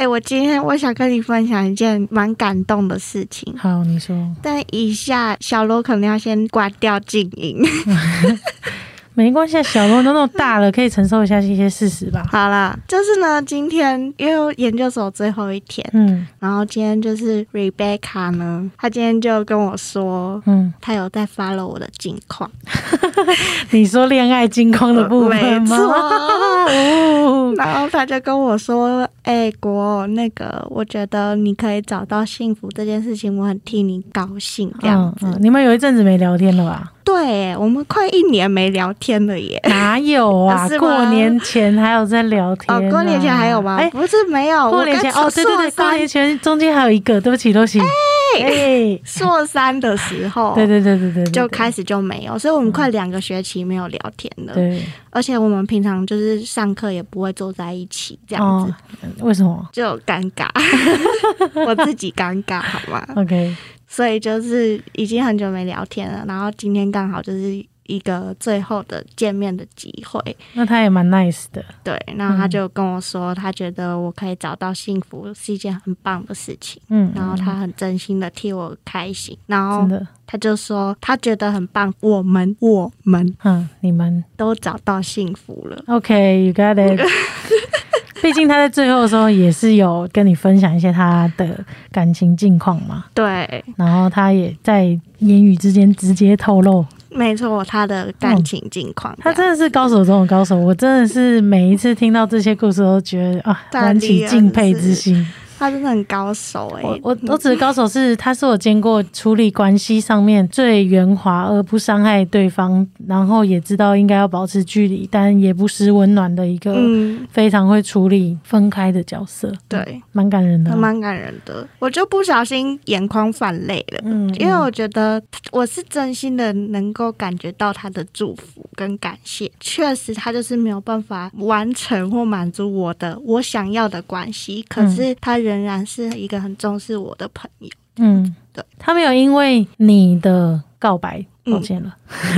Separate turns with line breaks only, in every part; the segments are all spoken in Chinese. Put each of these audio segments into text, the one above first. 哎我今天我想跟你分享一件蛮感动的事情，
好，你说，
但以下小罗可能要先关掉静音。
没关系啊，小罗都那么大了，可以承受一下一些事实吧。
好啦，就是呢，今天因为研究所最后一天，
嗯
然后今天就是 Rebecca 呢，她今天就跟我说，
嗯，
她有在 follow 我的近况
你说恋爱金空的部分
没
吗？
错。
哦，
然后她就跟我说：“哎、国那个，我觉得你可以找到幸福这件事情，我很替你高兴。”这样
嗯
子，
嗯，你们有一阵子没聊天了吧？
对我们快一年没聊天了耶。
哪有啊？
是吗
过年前还有在聊天、啊
哦，过年前还有吗？
哎、
不是没有，
过年前哦，对对对，过年前中间还有一个，对不起，对不起，哎、
硕三的时候，
对对对对对，对
哦就开始就没有，所以我们快两个学期没有聊天了，
对
而且我们平常就是上课也不会坐在一起，这样子、
哦，为 什么
就尴 尬，我自己尴尬好吗？
？OK，
所以就是已经很久没聊天了，然后今天刚好就是一个最后的见面的机会，
那他也蛮 nice 的，
对，然后他
嗯
就跟我说，他觉得我可以找到幸福是一件很棒的事情。
嗯，
然后他很真心的替我开心，然后
真的，
他就说他觉得很棒，我们我们
嗯，你们
都找到幸福了。
OK，you、got it 。毕竟他在最后的时候也是有跟你分享一些他的感情近况嘛，
对，
然后他也在言语之间直接透露，
没错，他的感情近况、
他真的是高手中的高手。我真的是每一次听到这些故事都觉得啊，
大
燃
力
起
啊
敬佩之心。
他真的很高手哎、
我我我指的高手是，他是我见过处理关系上面最圆滑而不伤害对方，然后也知道应该要保持距离，但也不失温暖的一个。
嗯，
非常会处理分开的角色，
对，
蛮感人的
他
啊。
蛮感人的，我就不小心眼眶泛泪了。
嗯，
因为我觉得我是真心的，能够感觉到他的祝福跟感谢。确实，他就是没有办法完成或满足我的我想要的关系，可是他仍然是一个很重视我的朋友。
嗯，
对，
他没有因为你的告白，
嗯
抱歉了。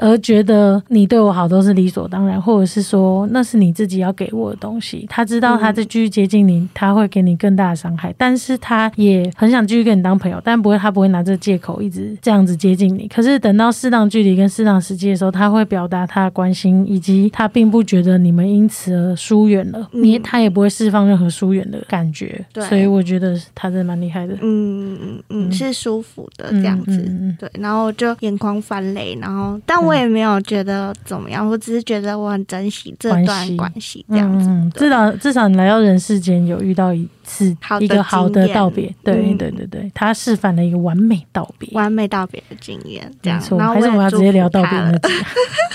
而觉得你对我好都是理所当然，或者是说那是你自己要给我的东西。他知道他再继续接近你，他会给你更大的伤害，但是他也很想继续跟你当朋友，但不会，他不会拿这个借口一直这样子接近你。可是等到适当距离跟适当时机的时候，他会表达他的关心，以及他并不觉得你们因此而疏远了，
嗯
你也他也不会释放任何疏远的感觉。
对
所以我觉得他真的蛮厉害的。
嗯嗯嗯，
嗯
是舒服的这样子。
嗯嗯嗯
对，然后我就眼眶泛泪，然后但我也没有觉得怎么样，我只是觉得我很珍惜这
关
段
系
关系这
嗯
样子。
嗯嗯
对
至少至少你来到人世间有遇到一次
好的
一个好的
经验
道别，对
嗯
对对对，他示范了一个完美道别，
完美道别的经验，这样
嗯没。错，
然后
还是我们
也
要
祝
直接聊
福
道
他
别
了
那集，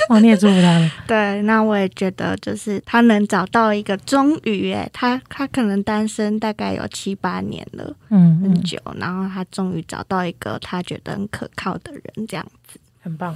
哇，你也祝福他了，
对，那我也觉得，就是他能找到一个，终于，哎，他他可能单身大概有七八年了，
嗯
很
嗯，
久，然后他终于找到一个他觉得很可靠的人，这样。
很棒。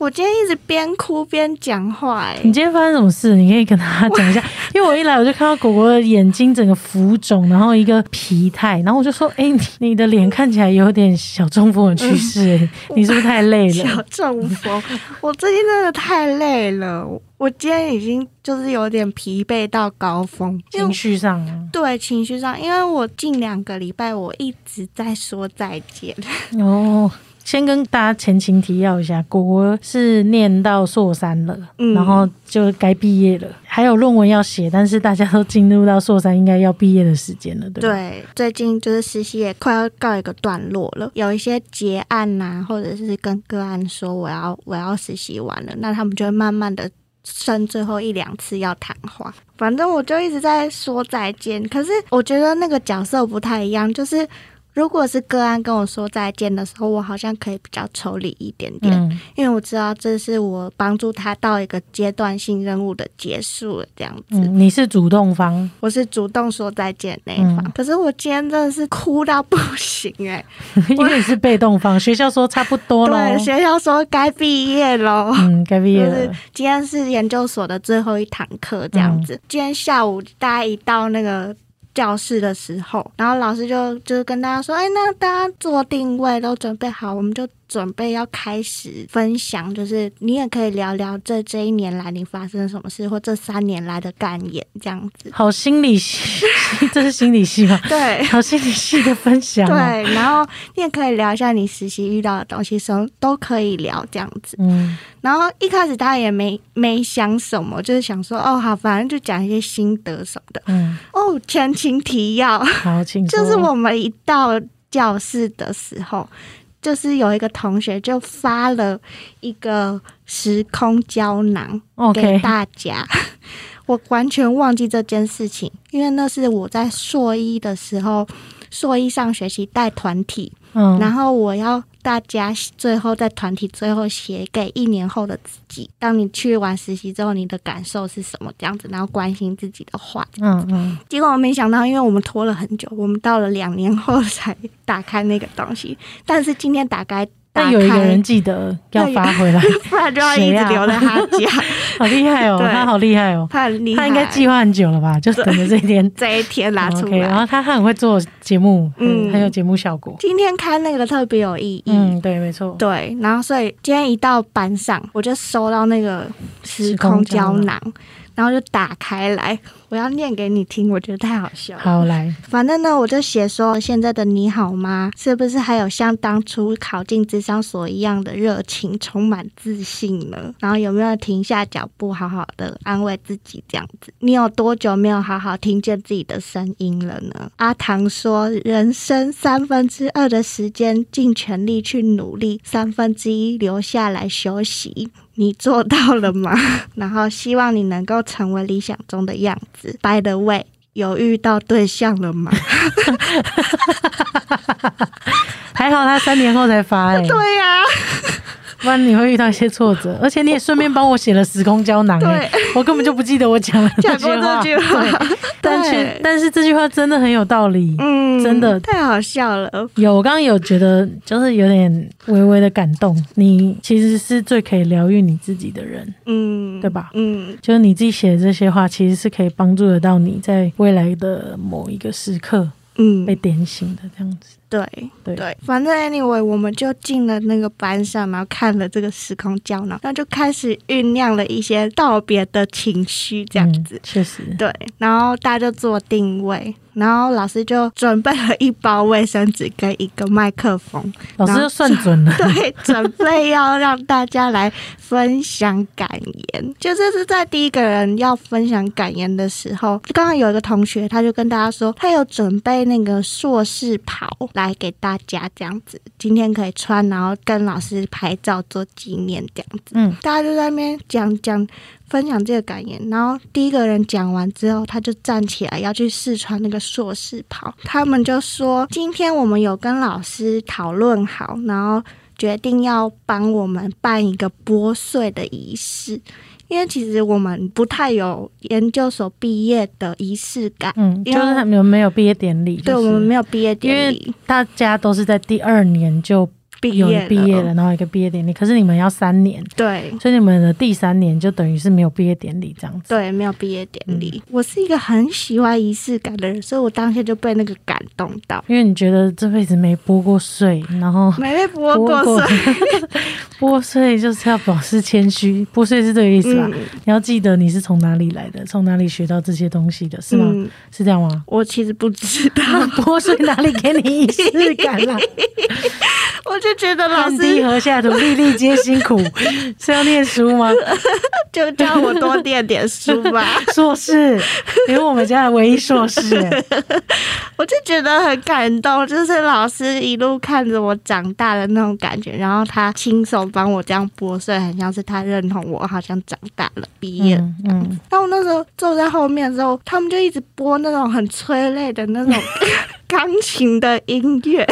我今天一直边哭边讲话，哎
你，今天发生什么事？你可以跟他讲一下，因为我一来我就看到果果的眼睛整个浮肿，然后一个疲态，然后我就说，哎、你你的脸看起来有点小中风的趋势、哎你是不是太累
小
了？
中风，我最近真的太累了，我今天已经就是有点疲惫到高峰，因
情
为
绪上啊，
对情绪上，因为我近两个礼拜我一直在说再见，
哦，先跟大家前情提要一下，果果是念到硕三了，
嗯
然后就该毕业了，还有论文要写，但是大家都进入到硕三应该要毕业的时间了，对吧？
对，最近就是实习也快要告一个段落了，有一些结案呐、或者是跟个案说我要我要实习完了，那他们就会慢慢的剩最后一两次要谈话。反正我就一直在说再见，可是我觉得那个角色不太一样，就是。如果是个案跟我说再见的时候，我好像可以比较抽离一点点，
嗯，
因为我知道这是我帮助他到一个阶段性任务的结束了，这样子。
嗯，你是主 动方，
我是主动说再见那一方，
嗯
可是我今天真的是哭到不行哎、
因为你是被动方，学校说差不多哦咯。
对，学校说该毕业喽。
嗯，该毕
就
业
是
了，
今
嗯
天是研究所的最后一堂课，这样子。今天下午大家一到那个教室的时候，然后老师就就是跟大家说，哎，那大家做定位都准备好，我们就准备要开始分享，就是你也可以聊聊这这一年来你发生了什么事，或这三年来的干言这样 子。
好心理系， 这是心理系吗？
对
好心理系的分享、哦。，
对，然后你也可以聊一下你实习遇到的东西，什么都可以聊这样子。
嗯，
然后一开始大家也没没想什么，就是想说哦好，反正就讲一些心得什么的。
嗯，
哦，前情提 要，
好，请说
就是我们一到教室的时候，就是有一个同学就发了一个时空胶囊给
OK，
大家。 我完全忘记这件事情，因为那是我在硕一的时候，硕一上学期带团体，
嗯，
然后我要大家最后在团体最后写给一年后的自己，当你去完实习之后，你的感受是什么？这样子，然后关心自己的话。
嗯嗯，
结果我没想到，因为我们拖了很久，我们到了两年后才打开那个东西，但是今天打开，打
但
开
有一个人，记得要发回来，
不然就要一
谁
直
啊
留在他家，
好厉害哦，
对
他好厉害哦，
他 很厉害。
他应该计划很久 了吧，就是等着这一天
这一天拿出
OK，然
来。
后他很会做节目，嗯，
嗯
很有节目效果。
今天开那个特别有意义。
嗯，对，没错。
对，然后所以今天一到班上，我就收到那个时空胶囊，然后就打开来，我要念给你听，我觉得太好笑了。
好，来，
反正呢，我就写说现在的你好吗？是不是还有像当初考进智商所一样的热情，充满自信呢？然后有没有停下脚步，好好的安慰自己这样子？你有多久没有好好听见自己的声音了呢？阿唐说，人生三分之二的时间尽全力去努力，三分之一留下来休息。你做到了吗？ 然后希望你能够成为理想中的样子。By the way，有遇到对象了吗？
还好他三年后才发、哎，
对呀、
不然你会遇到一些挫折，而且你也顺便帮我写了时空胶囊、哎，我根本就不记得我讲了
讲
些
过这，
话
句 话，
但是但是这句话真的很有道理。
嗯
真的
太好笑了。
有，我刚刚有觉得就是有点微微的感动，你其实是最可以疗愈你自己的人，
嗯，
对吧
嗯，
就是你自己写的这些话，其实是可以帮助得到你在未来的某一个时刻
嗯
被，点醒的这样子。
对
对
对，反正 anyway，我们就进了那个班上，然后看了这个时空胶囊，然后就开始酝酿了一些道别的情绪，这样子
嗯。确、实，
对，然后大家就做定位，然后老师就准备了一包卫生纸跟一个麦克风，
老师就算 准 了。
对，准备要让大家来分享感言，就这是在第一个人要分享感言的时候，刚刚有一个同学他就跟大家说，他有准备那个硕士袍来给大家这样子，今天可以穿，然后跟老师拍照做纪念这样子。
嗯，
大家就在那边讲讲分享这个感言，然后第一个人讲完之后，他就站起来要去试穿那个硕士袍。他们就说，今天我们有跟老师讨论好，然后决定要帮我们办一个拨穗的仪式。因为其实我们不太有研究所毕业的仪式感，
嗯，
因为
就是他们有没有毕业典礼？
对
就
我
是
们没有毕业典礼，
大家都是在第二年就
毕
有
业嗯
毕业了，，然后有一个毕业典礼。可是你们要三年，
对，
所以你们的第三年就等于是没有毕业典礼这样子。
对，没有毕业典礼。我是一个很喜欢仪式感的人，所以我当下就被那个感动到。
因为你觉得这辈子没拨过税，然后
没被播过 所以
拨税就是要表示谦虚，拨税是这个意思吧？
嗯
你要记得你是从哪里来的，从哪里学到这些东西的，是吗？
嗯
是这样吗？
我其实不知道，
拨税哪里给你仪式感啦、
我就觉得 老
汗滴
师
禾下土，粒粒皆辛苦， 是要念 书吗？
就叫我多念点书吧。
硕士，因为我们家的唯一硕士、 欸，
我就觉得很感动，就是老师一路看着我长大的那种感觉，然后他亲手帮我这样剥碎，很像是他认同我好像长大了，毕业了
嗯嗯，
然后我那时候坐在后面的时候，他们就一直播那种很催泪的那种 钢琴的音乐，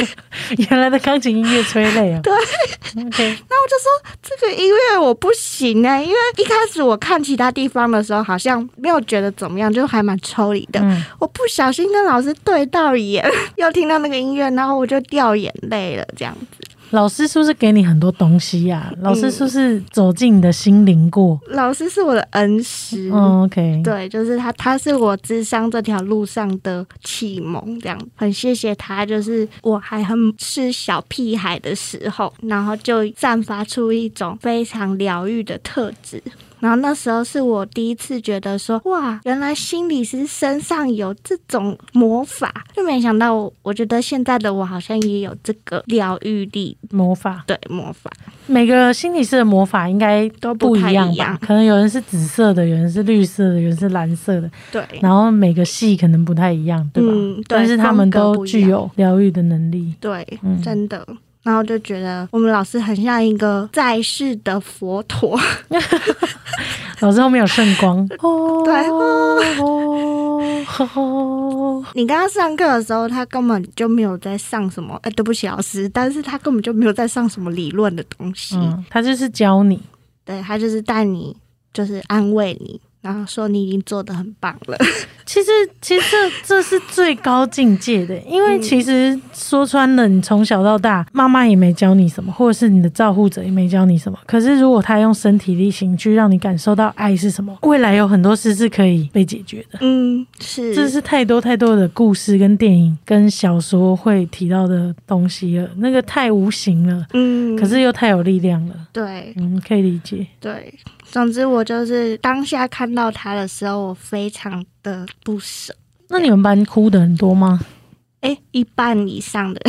原来的钢琴音乐催 泪啊，对，OK，
那我就说这个音乐我不行哎、因为一开始我看其他地方的时候，好像没有觉得怎么样，就还蛮抽离的。
嗯，
我不小 心跟老师对到眼，又听到那个音乐，然后我就掉眼泪了，这样子。
老师是不是给你很多东西呀、
嗯
老师是不是走进你的心灵过？
老师是我的恩师。
嗯，OK，
对，就是他，他是我智商这条路上的启蒙，这样很谢谢他。就是我还很是小屁孩的时候，然后就散发出一种非常疗愈的特质。然后那时候是我第一次觉得说，哇，原来心理师身上有这种魔法，就没想到我，我觉得现在的我好像也有这个疗愈力，
魔法，
对魔法，
每个心理师的魔法应该
都不
不
太
一样
一
吧
样？
可能有人是紫色的，有人是绿色的，有人是蓝色的，
对，
然后每个系可能不太一样，对吧？
嗯对
但是他们
风格
都
不一
具
样
有疗愈的能力。
对，
嗯
真的。然后就觉得我们老师很像一个在世的佛陀，
老师后面有圣光，哦
对
哦 哦，
你刚刚上课的时候，他根本就没有在上什么，哎，对不起老师，但是他根本就没有在上什么理论的东西，
嗯，他就是教你，
对他就是带你，就是安慰你，然后说你已经做的很棒 了，
其实，其实 这这是最高境界的，因
嗯
为其实说穿了，你从小到大，妈妈也没教你什么，或者是你的照护者也没教你什么。可是，如果他用身体力行去让你感受到爱是什么，未来有很多事是可以被解决的。
嗯，是，
这是太多太多的故事、跟电影、跟小说会提到的东西了，那个太无形了，
嗯，
可是又太有力量了。
对
嗯，可以理解。
对，总之我就是当下看到他的时候，我非常的不舍，
那你们班哭的很多吗？
哎，一半以上的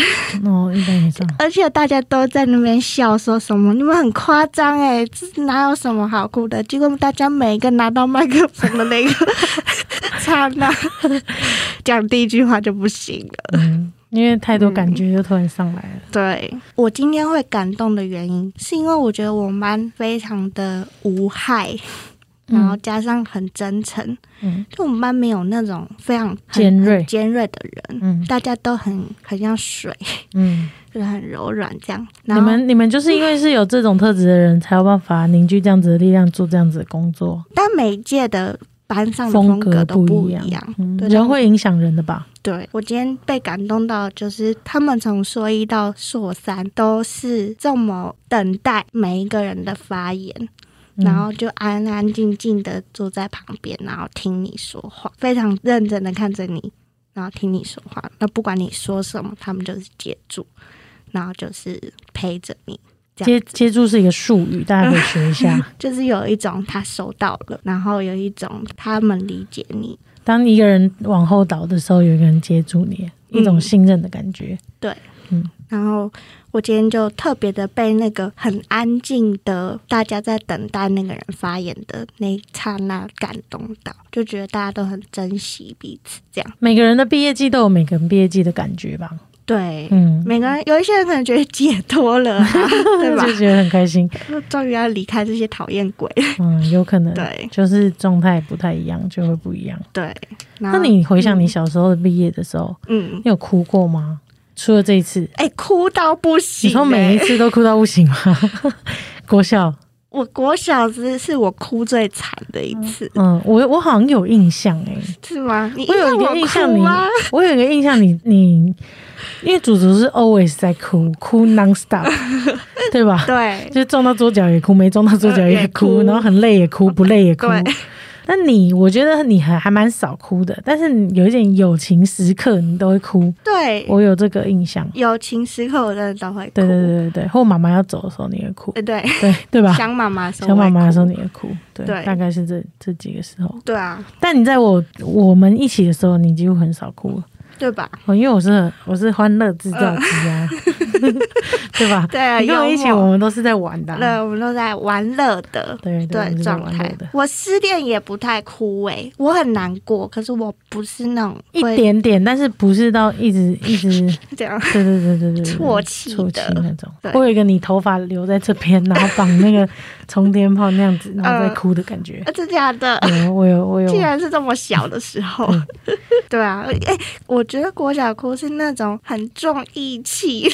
哦，一般以上。
而且大家都在那边笑，说什么你们很夸张哎，这哪有什么好哭的？结果大家每一个拿到麦克风的那个 刹那，讲第一句话就不行了。
嗯，因为太多感觉就突然上来了。
对我今天会感动的原因，是因为我觉得我们班非常的无害，然后加上很真诚，
嗯
就我们班没有那种非常很
尖锐
很尖锐的人，
嗯
大家都很很像水，
嗯，
就是很柔软这样。然
你
后
们你们就是因为是有这种特质的人，才有办法凝聚这样子的力量，做这样子的工作，
但每一届的班上的
风
风
格
格都不
一
一样。
嗯，
对
人会影响人的吧？
对我今天被感动到，就是他们从硕一到硕三都是这么等待每一个人的发言，
嗯
然后就安安静静的坐在旁边，然后听你说话，非常认真的看着你，然后听你说话。那不管你说什么，他们就是接住，然后就是陪着你。这
接
样子。
接触是一个术语，大家可以学 一下。
就是有一种他收到了，然后有一种他们理解你，
当一个人往后倒的时候，有一个人接住你，
嗯
一种信任的感觉。
然后我今天就特别的被那个很安静的大家在等待那个人发言的那一刹那感动到，就觉得大家都很珍惜彼此这样。
每个人的毕业季都有每个人毕业季的感觉吧？
对，
嗯，
每个人有一些人可能觉得解脱了、 啊，对吧
就？觉得很开 心。
终于要离开这些讨厌鬼。
嗯，有可能
对
就是状态不太一样，就会不一样。
对，
那
那
你回想你小时候的毕业的时候，
嗯，
你有哭过吗？除了这一次，
哎、哭到不
你
行、
说每一
哎
次都哭到不行吗？国校，
我国小是是我哭最惨的一次，
嗯，我我好像有印象哎、
是吗？你
我有一个
因为
印象
哭
你，
啊
我有一个印象你你，因为祖祖是 always 在哭，哭 non stop，对吧？
对，
就撞到桌角也哭，没撞到桌角也
呃也
哭，
哭
然后很累也哭，不累也哭
对。
那你，我觉得你还还蛮少哭的，但是你有一点友情时刻你都会哭，
对，
我有这个印象。
友情时刻我真的都会哭。
对对对对对，或妈妈要走的时候你也哭，
呃对
对对吧？
想妈妈的时候，
想妈妈的时候，你，也哭，对，
对
大概是这这几个时候。
对啊，
但你在我我们一起的时候，你几乎很少哭了，
对吧？
哦，因为我是我是欢乐制造机啊，
呃
对吧？
对啊，
你跟我一起，
幽
我
默
们都是在玩的啊、
对，我们都在玩乐的。
对对，我
对
们是在
状
玩乐
态
的，，
我失恋也不太哭诶、我很难过，可是我不是那种
一
会
点点，但是不是到一直一直，
这样，
对对对对对对，
啜泣
啜泣
的
那种。
对
我有一个你头发留在这边，然后绑那个冲天炮那样子，然后再
呃
哭的感觉。
啊，真假 的？
有我有我有嗯
竟然是这么小的时候， 对啊，哎、我觉得国小哭是那种很重义 气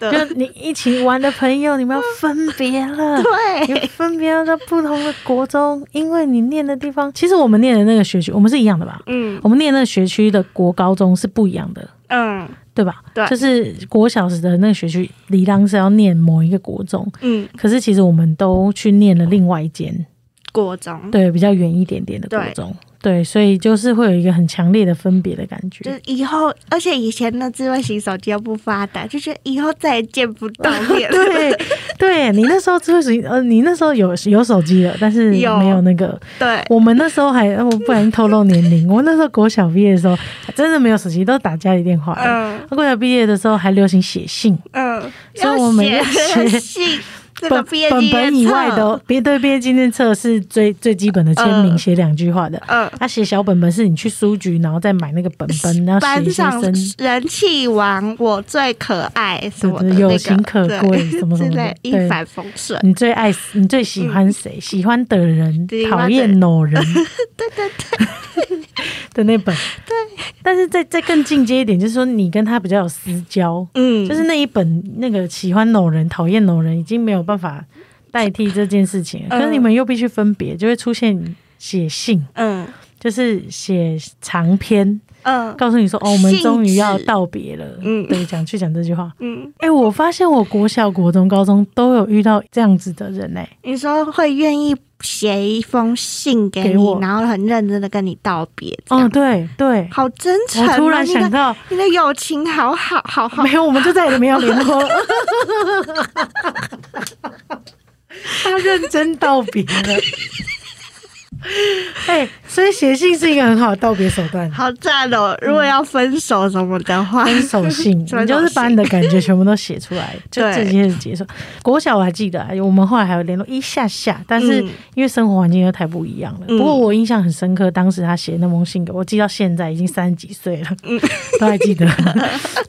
就
的，
你一起玩的朋友，你们要分别了。你
对
们分别要到不同的国中，因为你念的地方，其实我们念的那个学区，我们是一样的吧？
嗯
我们念的那个学区的国高中是不一样的，
嗯
对吧？
对
就是国小时的那个学区，理当是要念某一个国中，
嗯，
可是其实我们都去念了另外一间，
国中
对，比较远一点点的国
嗯对
中，对，所以就是会有一个很强烈的分别的感
就
觉。
是以后，而且以前的智慧型手机又不发达，就是以后再也见不 到面。
对，对你那时候智慧型，呃，你那时候有有手机了，但是
有
没有那个。
对，
我们那时候还，呃我不小心透露年龄，我那时候国小毕业的时候，真的没有手机，都打家里电话了。
嗯
国小毕业的时候还流行写信，
嗯，
所以我们
要
要
写
写
信，这个
本
毕业纪
本
念
本以外的
册，
哦，别对毕业纪念册是最最基本的签名，
嗯
写两句话的。
嗯，
他写小本本是你去书局，然后再买那个本本，然后写
班
一些
上
生，
人气王，我最可爱什么的
对
那
对
个，
友情可贵
对
什么什么的
之类，
对
一帆风顺。
你最爱你最喜欢谁？喜欢的人
喜，嗯欢的
讨厌 某人，对对对的那本。对，但是再再更进阶一点，就是说你跟他比较有私交，
嗯，
就是那一本那个喜欢某人、讨厌某人已经没有办法代替这件事情了，可
嗯
是你们又必须分别，就会出现写信，
嗯
就是写长篇，
嗯
告诉你说哦，我们
信纸
终于要道别了。
嗯
对，讲去讲这句话。
嗯，
哎、我发现我国小、国中、高中都有遇到这样子的人哎、
你说会愿意写一封信给
给
你，
我
然后很认真的跟你道别，这
哦，
样
对对，
好真诚
我
啊。
突然想
你的
到，
你的友情好好好好
没，有，我们就再也没有联络了。他认真道别了。哎、所以写信是一个很好的道别手段。
好赞哦！如果要分手什么的话，
嗯分手信，
分手信
你就是把你的感觉全部都写 出来，就
对
这些是结束。国小我还记得啊，我们后来还有联络一下下，但是
嗯
因为生活环境又太不一样了。
嗯
不过我印象很深刻，当时他写那封信给我，我记到现在已经三十几岁了， 都还记 得，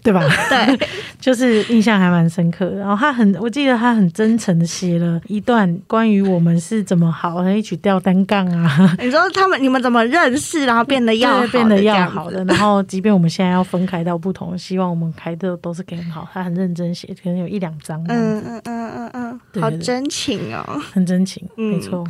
对吧？
嗯对，
就是印象还蛮深刻的。然后他很，我记得他很真诚的写了一段关于我们是怎么好一起吊单杠啊，
你说他们你们怎么认识，然后变得要好
对
的
变得要好
这
的。然后即便我们现在要分开到不同，希望我们开的都是可以很好。他很认真写，可能有一两张，嗯，
样子，嗯嗯嗯嗯
对
嗯，好
对对
真情哦，
很真情，
嗯
没错。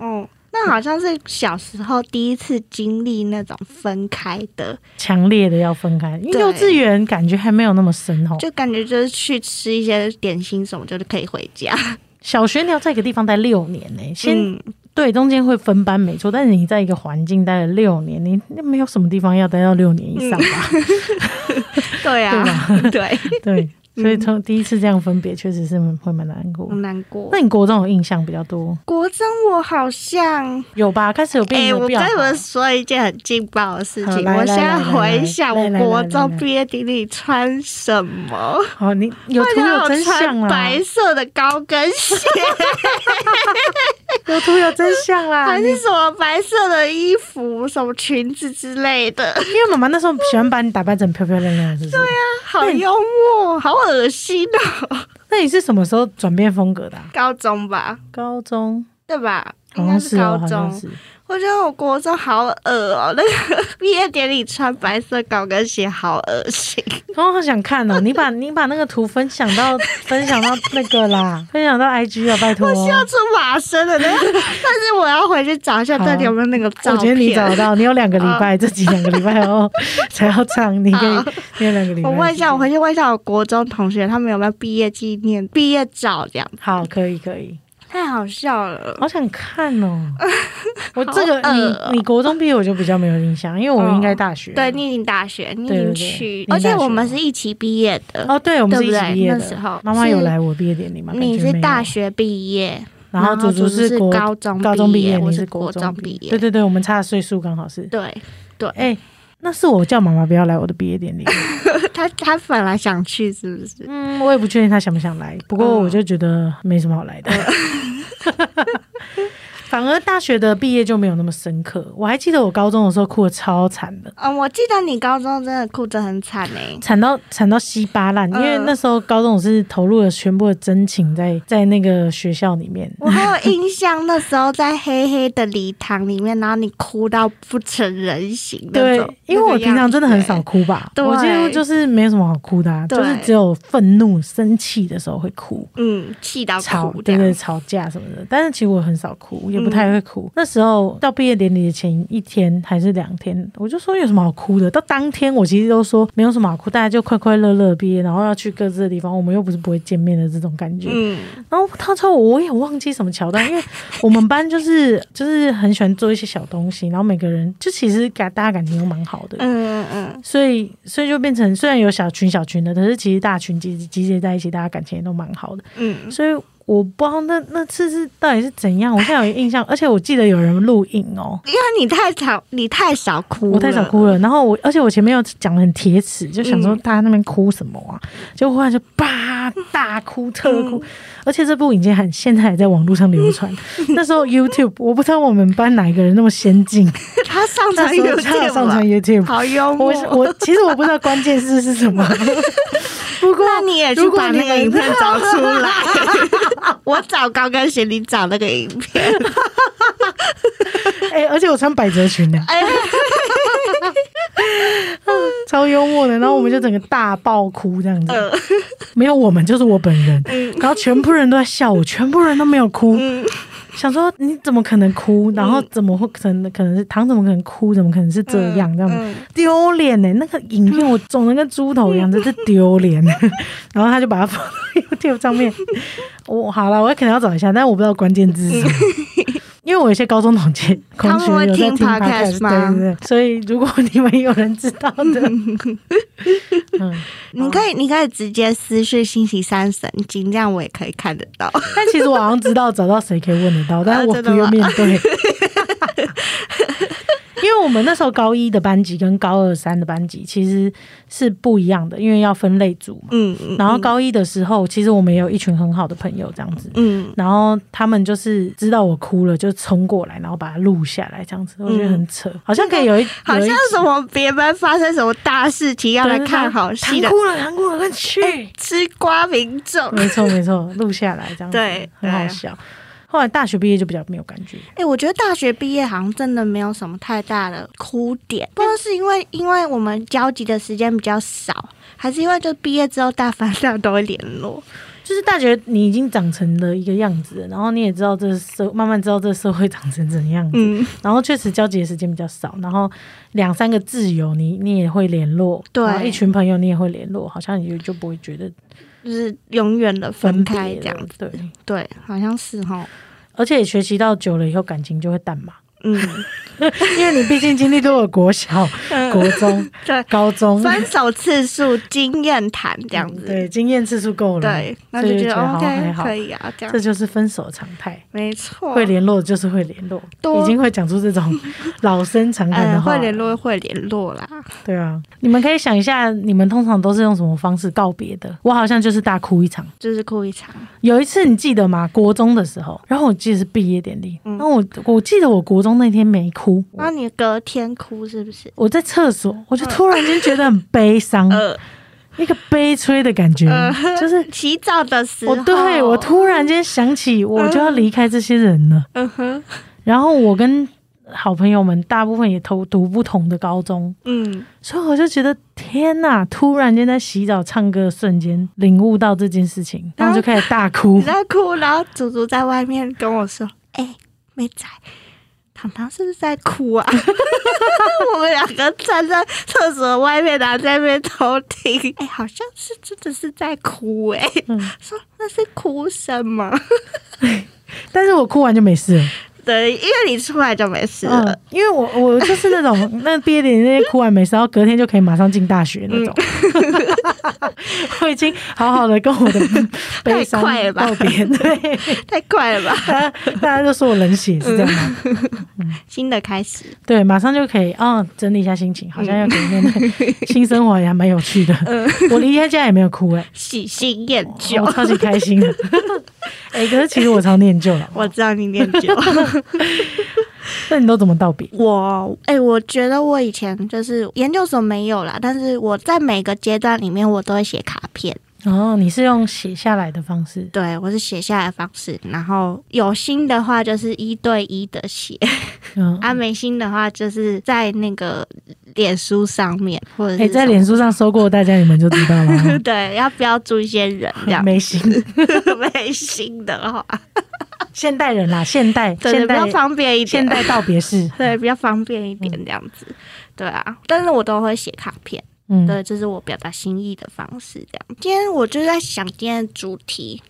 嗯。那好像是小时候第一次经历那种分开的，
强烈的要分开，因为
对
幼稚园感觉还没有那么深吼。
就感觉就是去吃一些点心什么，就是可以回家。
小学你要在一个地方待六年呢、先、
嗯，
对中间会分班没错，但是你在一个环境待了六年，你那没有什么地方要待到六年以上吧？
嗯对啊， 对，
对，所以
嗯
从第一次这样分别，确实是会蛮难过
好。难过
那。你国中有印象比较多，
国中我好像
有吧？开始有变
哎、
有
我
变
跟
好
你们说一件很劲爆的事
好
情。
来
我
来
现在
来来来
回想
来来
我国
来来
中
来
毕业典礼穿什么，
好，哦你有
大
图
家
有真相
穿
啦
白，色的高跟鞋，
有图有啊真相啦。
还
你
是什么白色的衣服、什么裙子之类 的，
因为妈妈那时候喜欢把你打扮成漂漂亮亮，是不是？对啊。
好幽默，好恶心哦。
那你是什么时候转变风格的啊？
高中吧，
高中
对吧？
好
应该
像
是
是
高
哦，好像
中。
是。
我觉得我国中好恶哦，那个 毕业典礼穿白色高跟鞋好恶心。
然后好想看哦，你把你把那个图分享到 分享到那个啦，分享到 IG 啊，拜托。
需要出马生的那 个，但是我要回去找一下
好
到底有没有那个照片。啊
我觉得你找得到，你有两个礼拜，这几两个礼拜后 才要唱，你可以
好，
你有两个礼拜。
我问一下，我回去问一下我国中同学，他们有没有毕业纪念、毕业照这样？
好，可以可以，
太好笑了。
好想看 哦。我这
好恶哦
个你你国中毕业我就比较没有印象，因为我应该大学。
对，你已经大学，你已
对对
经
对
去
已经，大
而
学
且我们是一起毕业的。
哦，对，我们是一起毕业
对不对那时
的
候。
妈妈有
是
来我毕业典礼吗？感觉
你是
没有
大，学毕业，
然后祖
祖
祖
是
国
高中
高中毕
业，
你
我
是
国
中
毕业。
对对对，我们差的岁数刚好是。
对
哎，那是我叫妈妈不要来我的毕业 典礼。
他他本来想去，是不是？
嗯，我也不确定他想不想来，不
嗯
过我就觉得没什么好来的。
嗯
反而大学的毕业就没有那么深刻。我还记得我高中的时候哭的超惨的，
嗯，我记得你高中真的哭得很惨欸 诶、
惨到惨到稀巴烂，因为
嗯
那时候高中我是投入了全部的真情在在那个学校里面。
我还有印象，那时候在黑黑的礼堂里面，然后你哭到不成人形那
对
种。，
因为我
那个
平常真的很
样子
少哭吧，
对
我几乎就是没有什么好哭的、啊，
对
就是只有愤怒、生气的时候会哭。
嗯，气到
吵
哭这
对
样嗯
对，吵架什么的，但是其实我很少哭，也不太会哭。那时候到毕业典礼的前一天还是两天，我就说有什么好哭的？到当天我其实都说没有什么好哭，大家就快快乐乐毕业，然后要去各自的地方，我们又不是不会见面的这种感觉。
嗯，
然后他说我也忘记什么桥段，因为我们班就是就是很喜欢做一些小东西，然后每个人就其实感大家感情都蛮好的。
嗯嗯
所以，所以就变成虽然有小群小群的，可是其实大群集集结在一起，大家感情也都蛮好的。
嗯
所以我不知道那那次是到底是怎样，我现在有印象，而且我记得有人录影哦，
因为你太少，你太少哭了，
我太少哭了。然后我，而且我前面又讲的很铁齿，就想说
嗯
大家那边哭什么啊？结果忽然就叭大哭特
嗯
哭，而且这部影片还现在还在网络上 流传。那时候 YouTube，我不知道我们班哪一个人那么先进，
他上
那
传
时候
有
他有
点
上传 YouTube。
好幽默
我。 我其实我不知道关键字是什么，不过
那你也去
如果
把
你
那个影片找出 来，我找高跟鞋，你找那个影片。
哎、而且我穿百褶裙的、
哎，
超幽默的，然后我们就整个大爆哭这样子，没有我们就是我本人，
嗯
然后全部人都在笑我，全部人都没有哭，想说你怎么可能
嗯
哭？然后怎么会可能可能是唐怎么可能哭？怎么可能是这样这样
嗯
子？丢脸欸呢？那个影片我肿的跟猪头一样，真是丢脸。欸 然后他就把它放到 YouTube 上面，我好了，我可能要找一下，但我不知道关键字是什么。 因为我有一些高中同学
嗯
同
他们
学
会
有在
听
podcast，
podcast 吗
对对对，所以如果你们有人知道 的，嗯，
你可以，你可以直接私讯星期三神经，这样我也可以看得到。
但其实我好像知道找到谁可以问得 到，但是
啊
我
真
不
的吗
用面 对。因为我们那时候高一的班级跟高二三的班级其实是不一样的，因为要分类组嘛。
嗯嗯
然后高一的时候，其实我们也有一群很好的朋友这样子，
嗯
然后他们就是知道我哭了，就冲过来，然后把它录下来这样子，我觉得很扯，好像可以有一
嗯好
有一
像什么别班发生什么大事情要来看好戏
唐
的，哎
哭了，唐哭了，快去！
吃瓜民众。
没错没错，录下来这样子，
对
很好
对
笑。后来大学毕业就比较没有感觉，
哎、我觉得大学毕业好像真的没有什么太大的哭点，不知道是因为因为我们交集的时间比较少，还是因为就毕业之后大方向都会联络。
就是大学你已经长成了一个样子了，然后你也知道这社慢慢知道这社会长成怎样子，
嗯，
然后确实交集的时间比较少，然后两三个挚友你你也会联络，
对
然后一群朋友你也会联络，好像你就就不会觉得
就是永远的分
分别
开
了
这样子。
对，
对，好像是哈。
而且也学习到久了以后感情就会淡嘛，
嗯，
因为你毕竟经历过了国小、 国中、
嗯对，
高中，嗯
分手次数经验谈这样子。
对，经验次数够了，
对，那
所
就
以
觉
就
得
觉得好像还
OK
好
可以啊，这样
这就是分手常态。
没错。
会联络就是会联络，
对
已经会讲出这种老生常谈的
嗯，
话。
会联络会联络啦。
对啊，你们可以想一下，你们通常都是用什么方式告别的？我好像就是大哭一场。
就是哭一场，
有一次你记得吗？国中的时候，然后我记得是毕业典礼，
嗯
然后我我记得我国中那天没哭，
那你隔天哭是不是？
我在厕所，我就突然间觉得很悲伤，
呃，
一个悲催的感觉，就是
洗澡的时候，
我对我突然间想起，我就要离开这些人了。
嗯哼，
然后我跟好朋友们大部分也都读不同的高中，
嗯，
所以我就觉得天呐！突然间在洗澡唱歌的瞬间领悟到这件事情，然后就开始大哭
你。在哭，然后祖祖在外面跟我说：“哎、妹仔，糖糖是不是在哭啊？” 我们两个站在厕所外面，然后在那边偷听，哎、好像是真的是在哭、哎、
嗯
说那是哭声吗？
但是我哭完就没事了，
对，因为你出来就没事了。
嗯，因为我我就是那种那毕业典礼那天哭完没事，然后隔天就可以马上进大学那种。 我已经好好的跟我 的悲伤
嗯太快了吧
道别，对，
太快了吧！
大家大家都说我冷血是这样
嗯
吗？
新的开始，
对，马上就可以啊、哦，整理一下心情，好像要可以
嗯
面对新生活，也还蛮有趣的。我离开家也没有哭、欸，
喜新厌旧。
哦我超级开心 的。哎、可是其实我超念旧了。
我知道你念旧。
那你都怎么道别？
我哎、我觉得我以前就是研究所没有啦，但是我在每个阶段里面，我都会写卡片。
哦，你是用写下来的方式，
对我是写下来的方式，然后有心的话就是一对一的写，
嗯，
啊没心的话就是在那个脸书上面或者
哎、
是、
在脸。书上搜过大家，你们就知道 了 哦。
对，要标注一些人这样。
没心，
没心的话，
现代人啦，现代
对对，
现
比较
代
方便一点，
现代道别 式，
对比较方便一点这样子，对啊。但是我都会写卡片，
嗯，
对，这是我表达心意的方式。这样，今天我就在想今天的主题，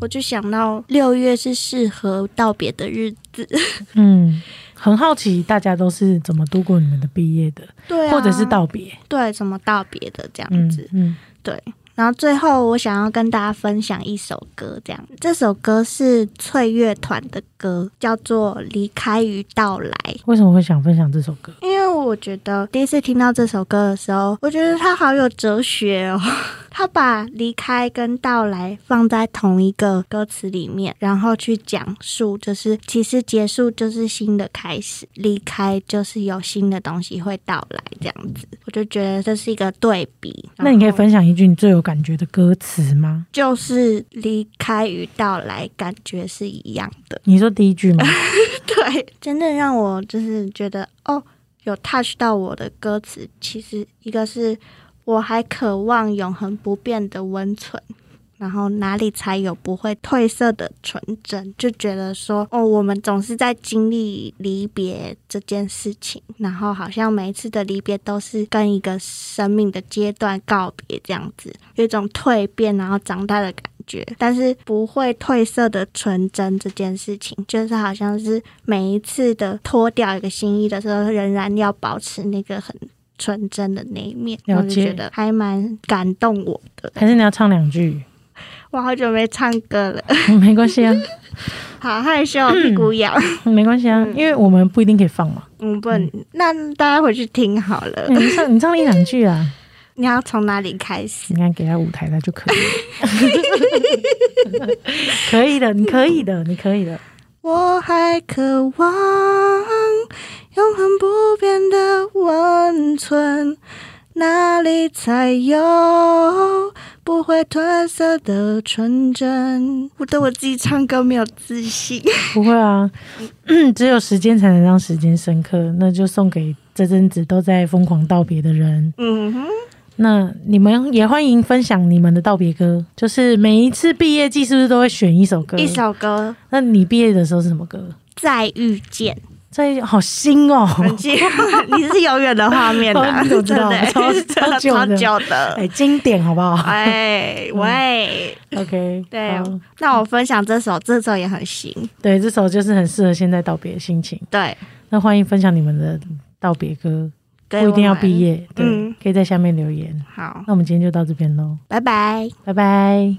我就想到六月是适合道别的日子，
嗯，很好奇大家都是怎么度过你们的毕业的，
对、啊，
或者是道别，
对怎么道别的这样
嗯
子。
嗯
然后最后，我想要跟大家分享一首歌，这样这首歌是翠乐团的歌，叫做《离开与到来》。
为什么会想分享这首歌？
因为我觉得第一次听到这首歌的时候，我觉得它好有哲学哦。 他把离开跟到来放在同一个歌词里面，然后去讲述，就是其实结束就是新的开始，离开就是有新的东西会到来，这样子，我就觉得这是一个对比。
那你可以
然后
分享一句你最有感觉的歌词吗？
就是离开与到来感觉是一样的，
你说第一句 吗？
对，真的让我就是觉得哦，有 touch 到我的歌词。其实一个是我还渴望永恒不变的温存，然后哪里才有不会褪色的纯真？就觉得说哦，我们总是在经历离别这件事情，然后好像每一次的离别都是跟一个生命的阶段告别这样子，有一种蜕变然后长大的感觉，但是不会褪色的纯真这件事情，就是好像是每一次的脱掉一个新衣的时候，仍然要保持那个很。纯真的那一面，
了
我就觉
解
得还蛮感动我的。
还是你要唱两句？
我好久没唱歌了，
嗯没关系啊，
好害羞，屁股痒。
没关系啊，因为我们不一定可以放嘛。哎
嗯，不能，那大家回去听好了。
你唱你唱一两句啊，
你要从哪里开始？
你看给他舞台，他就可以了。 可以的，你可以的，你可以的。
我还渴望永恒不变的温存，哪里才有不会褪色的纯真？我对我自己唱歌没有自信。
不会啊，只有时间才能让时间深刻。那就送给这阵子都在疯狂道别的人。
嗯哼，
那你们也欢迎分享你们的道别歌，就是每一次毕业季是不是都会选一首歌？
一。首歌
那你毕业的时候是什么歌？
《再遇见
这好新 哦！》，
很近，你是永远的画面啊，
哦你
对
怎
不
么知道
对？
超超久的
久的
哎，经典好不好
哎喂，
？OK，
对
好，
那我分享这首，这首也很行。
对，这首就是很适合现在道别的心情。
对，
那欢迎分享你们的道别歌，
给
不一定要
我们
毕。业，对，
嗯
可以在下面留言。
好，
那我们今天就到这边喽，
拜拜。
拜拜。